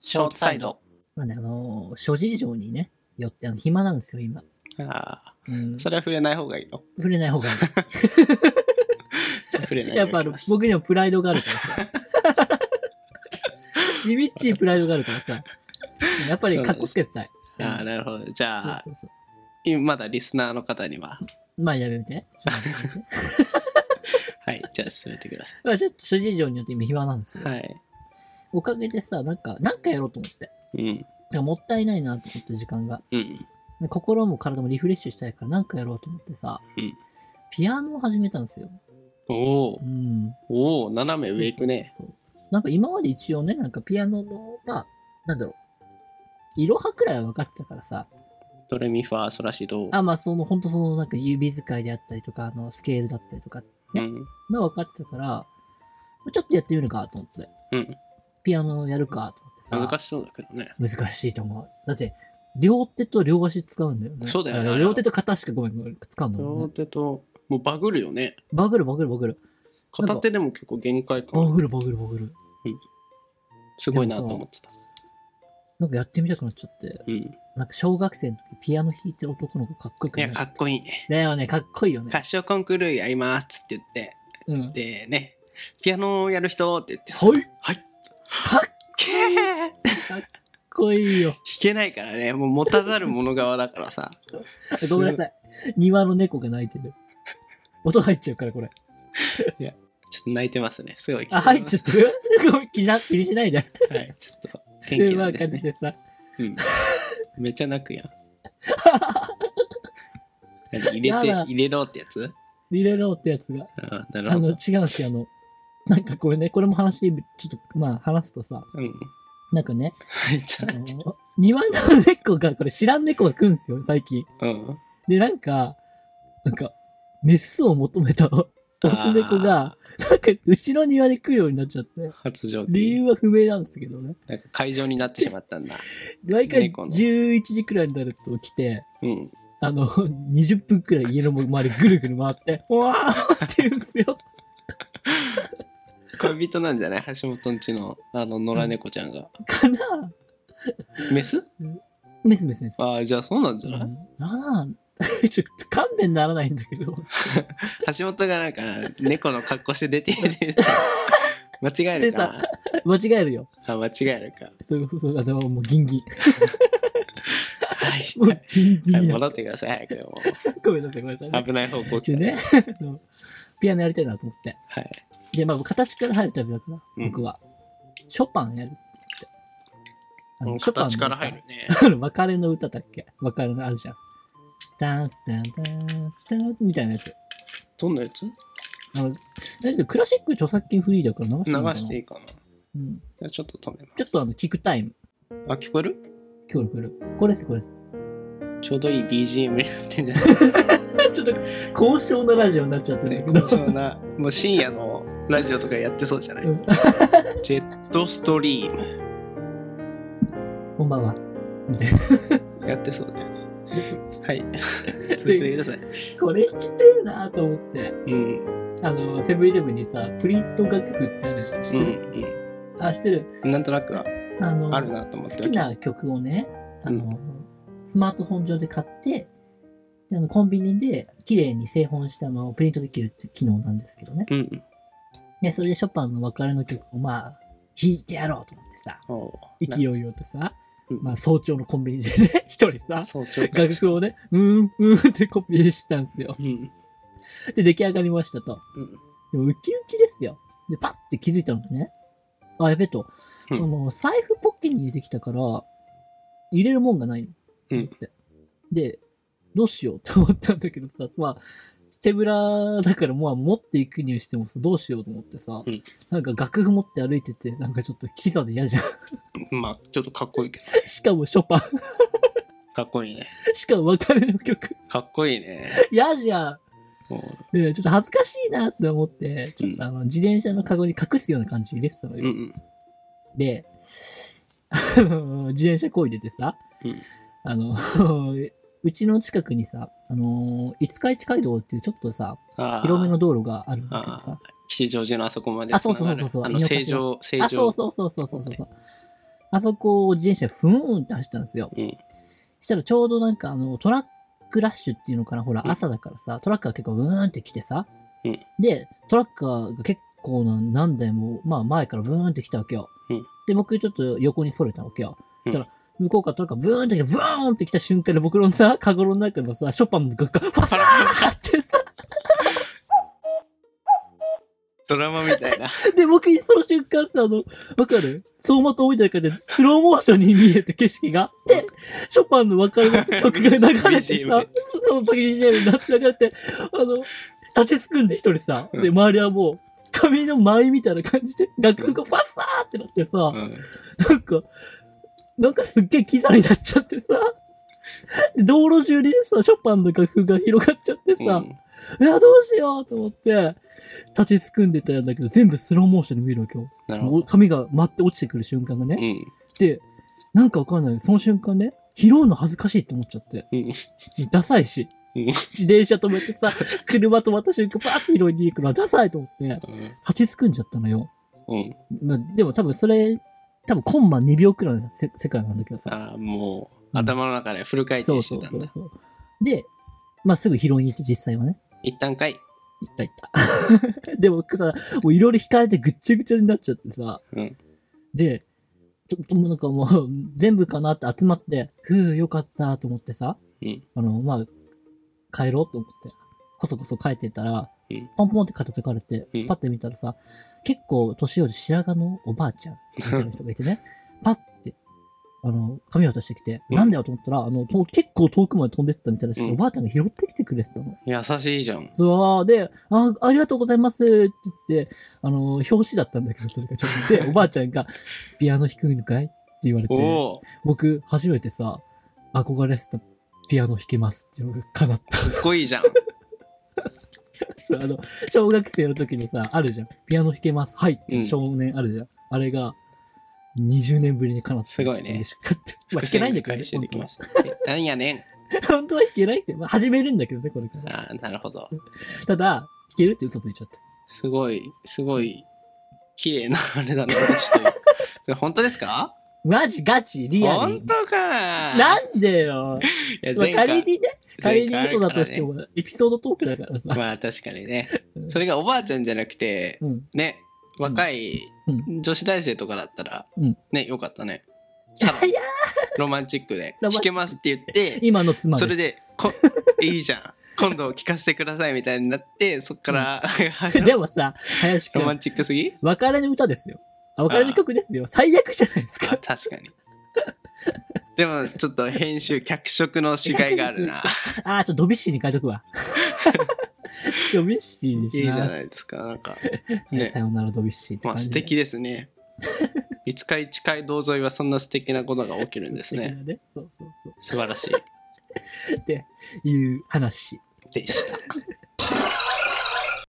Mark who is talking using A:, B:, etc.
A: ショートサイド。
B: まあね、あのー諸事情にね、よって、あの暇なんですよ、今。
A: ああ、
B: うん。
A: それは触れない方がいいの。
B: 触れない方がい。
A: 触れないい方
B: や
A: が
B: っぱあ
A: いい
B: の
A: です。
B: 僕にもプライドがある からさ。ビビッチープライドがあるからさ。やっぱりかっこつけてたい。
A: ああ、なるほど。じ
B: そう
A: ゃあ
B: そ、うそう
A: 今まだリスナーの方には、
B: まあやめて。ちょっと待って
A: はい、じゃあ進めてくださ
B: まあちょっと諸事情によって今暇なんですよ
A: い。。はい。
B: おかげでさ、なんか、なんかやろうと思って。
A: うん、
B: なんかもったいないなと思って時間が。
A: うん、
B: で心も体もリフレッシュしたいからなんかやろうと思ってさ、
A: うん
B: ピアノを始めたんですよ。
A: おお
B: うん。
A: おお斜め上行くね。
B: そうそうそう。なんか今まで一応ね、なんかピアノの、まあ、なんだろう。いろはくらいは分かってたからさ、
A: ドレミファーソラシド。
B: あ、まあその、ほんとその、なんか指使いであったりとか、あの、スケールだったりとか、
A: うん、
B: まあ分かってたから、ちょっとやってみるかと思って、
A: うん。
B: ピアノやるかと思ってさ、
A: 難しそうだけどね。
B: 難しいと思う。だって、両手と両足使うんだよね。
A: そうだよね
B: から両手と片しかごめん、ごめん使うんだもん
A: 両
B: ね。
A: 手と、もうバグるよね。
B: バグるバグるバグる。
A: 片手でも結構限界
B: バ
A: 感。
B: グるバグるバグる。
A: すごいなと思ってた。
B: なんかやってみたくなっちゃって。
A: うん。
B: なんか小学生の時ピアノ弾いてる男の子かっこよく
A: い
B: な
A: や、
B: い
A: かっこいいね。
B: だよね、かっこいいよね。
A: 合唱コンクールやりますって言って、
B: うん。はい
A: でね、ピアノをやる人って言って、
B: かっ
A: はい、けー
B: こいいよ。
A: 弾けないからね、もう持たざる者側だからさ。
B: ごめんなさい。庭の猫が鳴いてる。音入っちゃうから、これ。
A: ちょっと泣いてますね。すごい。
B: あ、入っちゃってる ごめん気な気にしないで。
A: はい、ちょっと
B: う
A: 元気な
B: ま
A: ん
B: い
A: です
B: 感じ
A: ね。
B: でさ。
A: うん、めっちゃ泣 くやん。何入れ
B: や
A: て
B: だ
A: 入れろってやつ
B: リレローってやつが。
A: あなる
B: あ
A: ほ
B: の、違う
A: ど。
B: んですよ、あの。なんかこれね、これも話、ちょっと、まあ話すとさ、
A: うん。
B: なんかね、
A: めっちゃ
B: あ、の、庭の猫が、これ知らん猫が来るんですよ、最近。
A: うん。
B: で、なんか、なんか、メスを求めたオ
A: あ
B: ス
A: ー
B: 猫が、なんか、うちの庭に来るようになっちゃって、
A: 発情
B: 理由は不明なんですけどね。
A: なんか会場になってしまったんだ。
B: 毎回
A: 猫の
B: 11時くらいになると来て、
A: うん。
B: あの、20分くらい家の周りぐるぐる回って、うわーって言うんですよ。
A: 恋人なんじゃない橋本んちのあの野良猫ちゃんが。
B: かな
A: メス
B: メスメスメス。
A: ああ、じゃあそうなんじ
B: う
A: ゃない、
B: ん、なあちょっと勘弁ならないんだけど。
A: 橋本がなんか猫の格好して出てる間違えるかな
B: 間違えるよ。
A: あ間違えるか
B: そうそう、あの、もうギンギン。
A: はい、
B: もうギンギン
A: はい、
B: にな
A: 戻ってください早くも
B: る。ごめんなさい、ごめんなさ
A: う
B: い。
A: 危ない方向来
B: で
A: た、
B: ね、あのピアノやりたいなと思って。
A: はい、
B: で、まあ、形から入るタイプだから、
A: うん
B: 僕は。ショパンやるって。あのショパンのさ
A: 形から入るね
B: あの 別れの歌だっけ別れのあるじゃん。ダンダンダンダンみたいなやつ。
A: どんなやつ流
B: あのだけどクラシック著作権フリーだから流してもいいのかな
A: していいかなじ
B: うん、
A: ゃあちょっと止めます
B: ちょっとあの、聞くタイム。
A: あ聞こえる
B: 今日来る。これです、これです。
A: ちょうどいい BGM になってんじゃ
B: ちょっと、高尚なラジオになっちゃったん
A: な
B: だ
A: い
B: けど。
A: 高尚なもう深夜のラジオとかやってそうじゃない、
B: うん
A: ジェットストリーム
B: こんばんは。
A: やってそうだよねはい 続けてください
B: これ弾きてえなと思って。
A: うん
B: あの、セブンイレブンにさ、プリント楽譜ってあるじゃん。知っ
A: う
B: てる、
A: ん
B: あ、知ってる。
A: うんなんとなくは
B: あの、
A: あるなと思
B: 好
A: って
B: きな曲をね、あの、スマートフォン上で買って、であのコンビニで綺麗に製本してあのプリントできるって機能なんですけどね。
A: うん
B: で、それでショパンの別れの曲をまあ、弾いてやろうと思ってさ、
A: おう
B: 勢いよとさ、
A: うん
B: まあ早朝のコンビニでね、一人さ、
A: そうちょっと
B: 楽譜をね、うーん、うーんってコピーしたんですよ。
A: うん
B: で、出来上がりましたと。
A: うん
B: でもウキウキですよ。で、パッて気づいたのね。あ、やべえと。
A: うん
B: あの、財布ポッケに入れてきたから、入れるもんがないの。
A: うん
B: って。で、どうしようと思ったんだけどさ、まあ、手ぶらだからもう持っていくにしてもさ、どうしようと思ってさ、
A: うん
B: なんか楽譜持って歩いてて、なんかちょっとキザで嫌じゃん。
A: まあちょっとかっこいいけど
B: しかもショパン。
A: かっこいいね
B: しかも別れの曲。
A: かっこいいね
B: 嫌じゃん。
A: も
B: で、ちょっと恥ずかしいなって思って、ちょっとあの、自転車のカゴに隠すような感じで入れてたの
A: う
B: よ。
A: うんうん
B: で、 自転車こいでてさ、
A: うん
B: あの、 うちの近くにさ、あのー五日市街道っていうちょっとさ、
A: ああ
B: 広めの道路があるんだけどさ、
A: 吉祥寺のあそこまで
B: あそうそうそうそう
A: つながるあの
B: 井の頭
A: 正常正
B: あ、そう
A: 常
B: そうそうそうそうそう。あそこを自転車ふーんって走ったんですよ。
A: うん
B: したらちょうどなんかあのトラックラッシュっていうのかな、ほら
A: うん
B: 朝だからさ、トラックが結構ブーンって来てさ、
A: うん
B: で、トラッカーが結構な何台も、まあ前からブーンって来たわけよ。
A: うん
B: で、僕ちょっと横にそれたわけよ。そ
A: うん
B: したら向こうからトラッカーブーンって来て、ブーンって来た瞬間に僕のさ、カゴの中のさ、ショパンのガッガファサーってさ、
A: ドラマみた いな。
B: で、僕その瞬間さ、あの、わかる走馬灯みたいな感じで、スローモーションに見えて景色が。で、ショパンの別れの曲が流れて
A: BGM
B: さ、その時 BGM になって流れて、あの、立ちすくんで一人さ、で、周りはもう、髪の舞みたいな感じで、楽譜がファッサーってなってさ、
A: うん
B: なんか、なんかすっげえキザになっちゃってさ、で道路中にさ、ショパンの楽譜が広がっちゃってさ、
A: うん
B: いや、どうしようと思って、立ちすくんでたんだけど、全部スローモーションで見るわけよ。
A: なるほ
B: もう
A: ど。
B: 髪が舞って落ちてくる瞬間が
A: う
B: ね。
A: ん。
B: で、なんかわかんない。その瞬間ね、拾うの恥ずかしいって思っちゃって。
A: うん
B: ダサいし。
A: うん
B: 自転車止めてさ、車止まった瞬間、パーって拾いに行くのはダサいと思って、
A: うん
B: 立ちすくんじゃったのよ。
A: うん。
B: まあでも多分それ、多分コンマ2秒くらいのせ世界なんだけどさ。
A: ああ、も
B: うん
A: う、頭の中でフル回
B: そ
A: 転
B: う
A: し
B: そ
A: て
B: う
A: た
B: そ
A: ん
B: う
A: だ。
B: そう。で、まあ、すぐ拾いに行って実際はね。
A: 一旦かい。
B: いったいった。 でもさ、もういろいろ引かれてぐっちゃぐちゃになっちゃってさ。
A: うん
B: で、ちょっともうなんかもう全部かなって集まって、ふうよかったと思ってさ、
A: うん
B: あの、まあ、帰ろうと思って、こそこそ帰ってたら、
A: うん
B: ポンポンって肩叩かれて、
A: うん
B: パッて見たらさ、結構年寄り白髪のおばあちゃんみたいな人がいて ね、パッて、あの、髪を渡してきて、
A: うん
B: なんだよと思ったら、あの、と結構遠くまで飛んでったみたいな人、
A: うん
B: おばあちゃんが拾ってきてくれてたの。
A: 優しいじゃん。
B: そう、で、あ、ありがとうございますって言って、あの、表紙だったんだけど、それがちょっと。 で、おばあちゃんが、ピアノ弾くのかいって言われて、
A: おお、か
B: 僕、初めてさ、憧れてたピアノ弾けますっていうのが叶った。
A: っこいいじゃん。
B: そうあの、小学生の時にさ、あるじゃん。ピアノ弾けます。はいって、
A: うん
B: 少年あるじゃん。あれが、20年ぶりに叶った。
A: すごいね
B: ちょっと嬉しかった。まあ、弾けないんだけどね
A: 伏線
B: 本
A: に
B: 当は
A: 回。収できました。なんやねん。
B: 本当は弾けないって。まあ、始めるんだけどね、これから。
A: ああ、なるほど。
B: ただ、弾けるって嘘ついちゃった。
A: すごい、すごい、綺麗なあれだな、ちょっと。 本当ですか
B: マジガチリアル
A: 本。当かな
B: なんんでよ。まあ、仮にね、仮に嘘だとして。も、エピソードトークだから
A: 前回あるか
B: さ。
A: らねまあ確かにね
B: う。ん
A: それがおばあちゃんじゃなくて、
B: うん。
A: ね、若い
B: うん
A: 女子大生とかだったら
B: うん、
A: ね、よかったね。さ ら
B: いや
A: ロマンチックで、
B: ロマン
A: 弾
B: チック
A: けますって言って、
B: 今の妻です。
A: それで、こいいじゃん。今度聞かせてくださいみたいになって、そっから、
B: でもさ、林く
A: ロマ
B: ん
A: ン、チックすぎ
B: 別れの歌ですよ。あ別れの曲ですよ。最悪じゃないです
A: あ
B: か。
A: 確かに。でも、ちょっと編集、脚色の違いがあるな。
B: あー、ちょっとドビッシーに変えと くわ。ドビッシー
A: いい
B: にし
A: じゃ
B: な。
A: ないですか、なんか。
B: はい
A: ね
B: さよならドビッシーって
A: ま
B: 感
A: あ、
B: じ
A: 素
B: で。
A: 敵です ね。いつか一回道沿いはそんな素敵なことが起きるんです
B: 素敵
A: ね。
B: だね。そうそうそ
A: 素晴らし
B: う。っていう話。
A: いでした。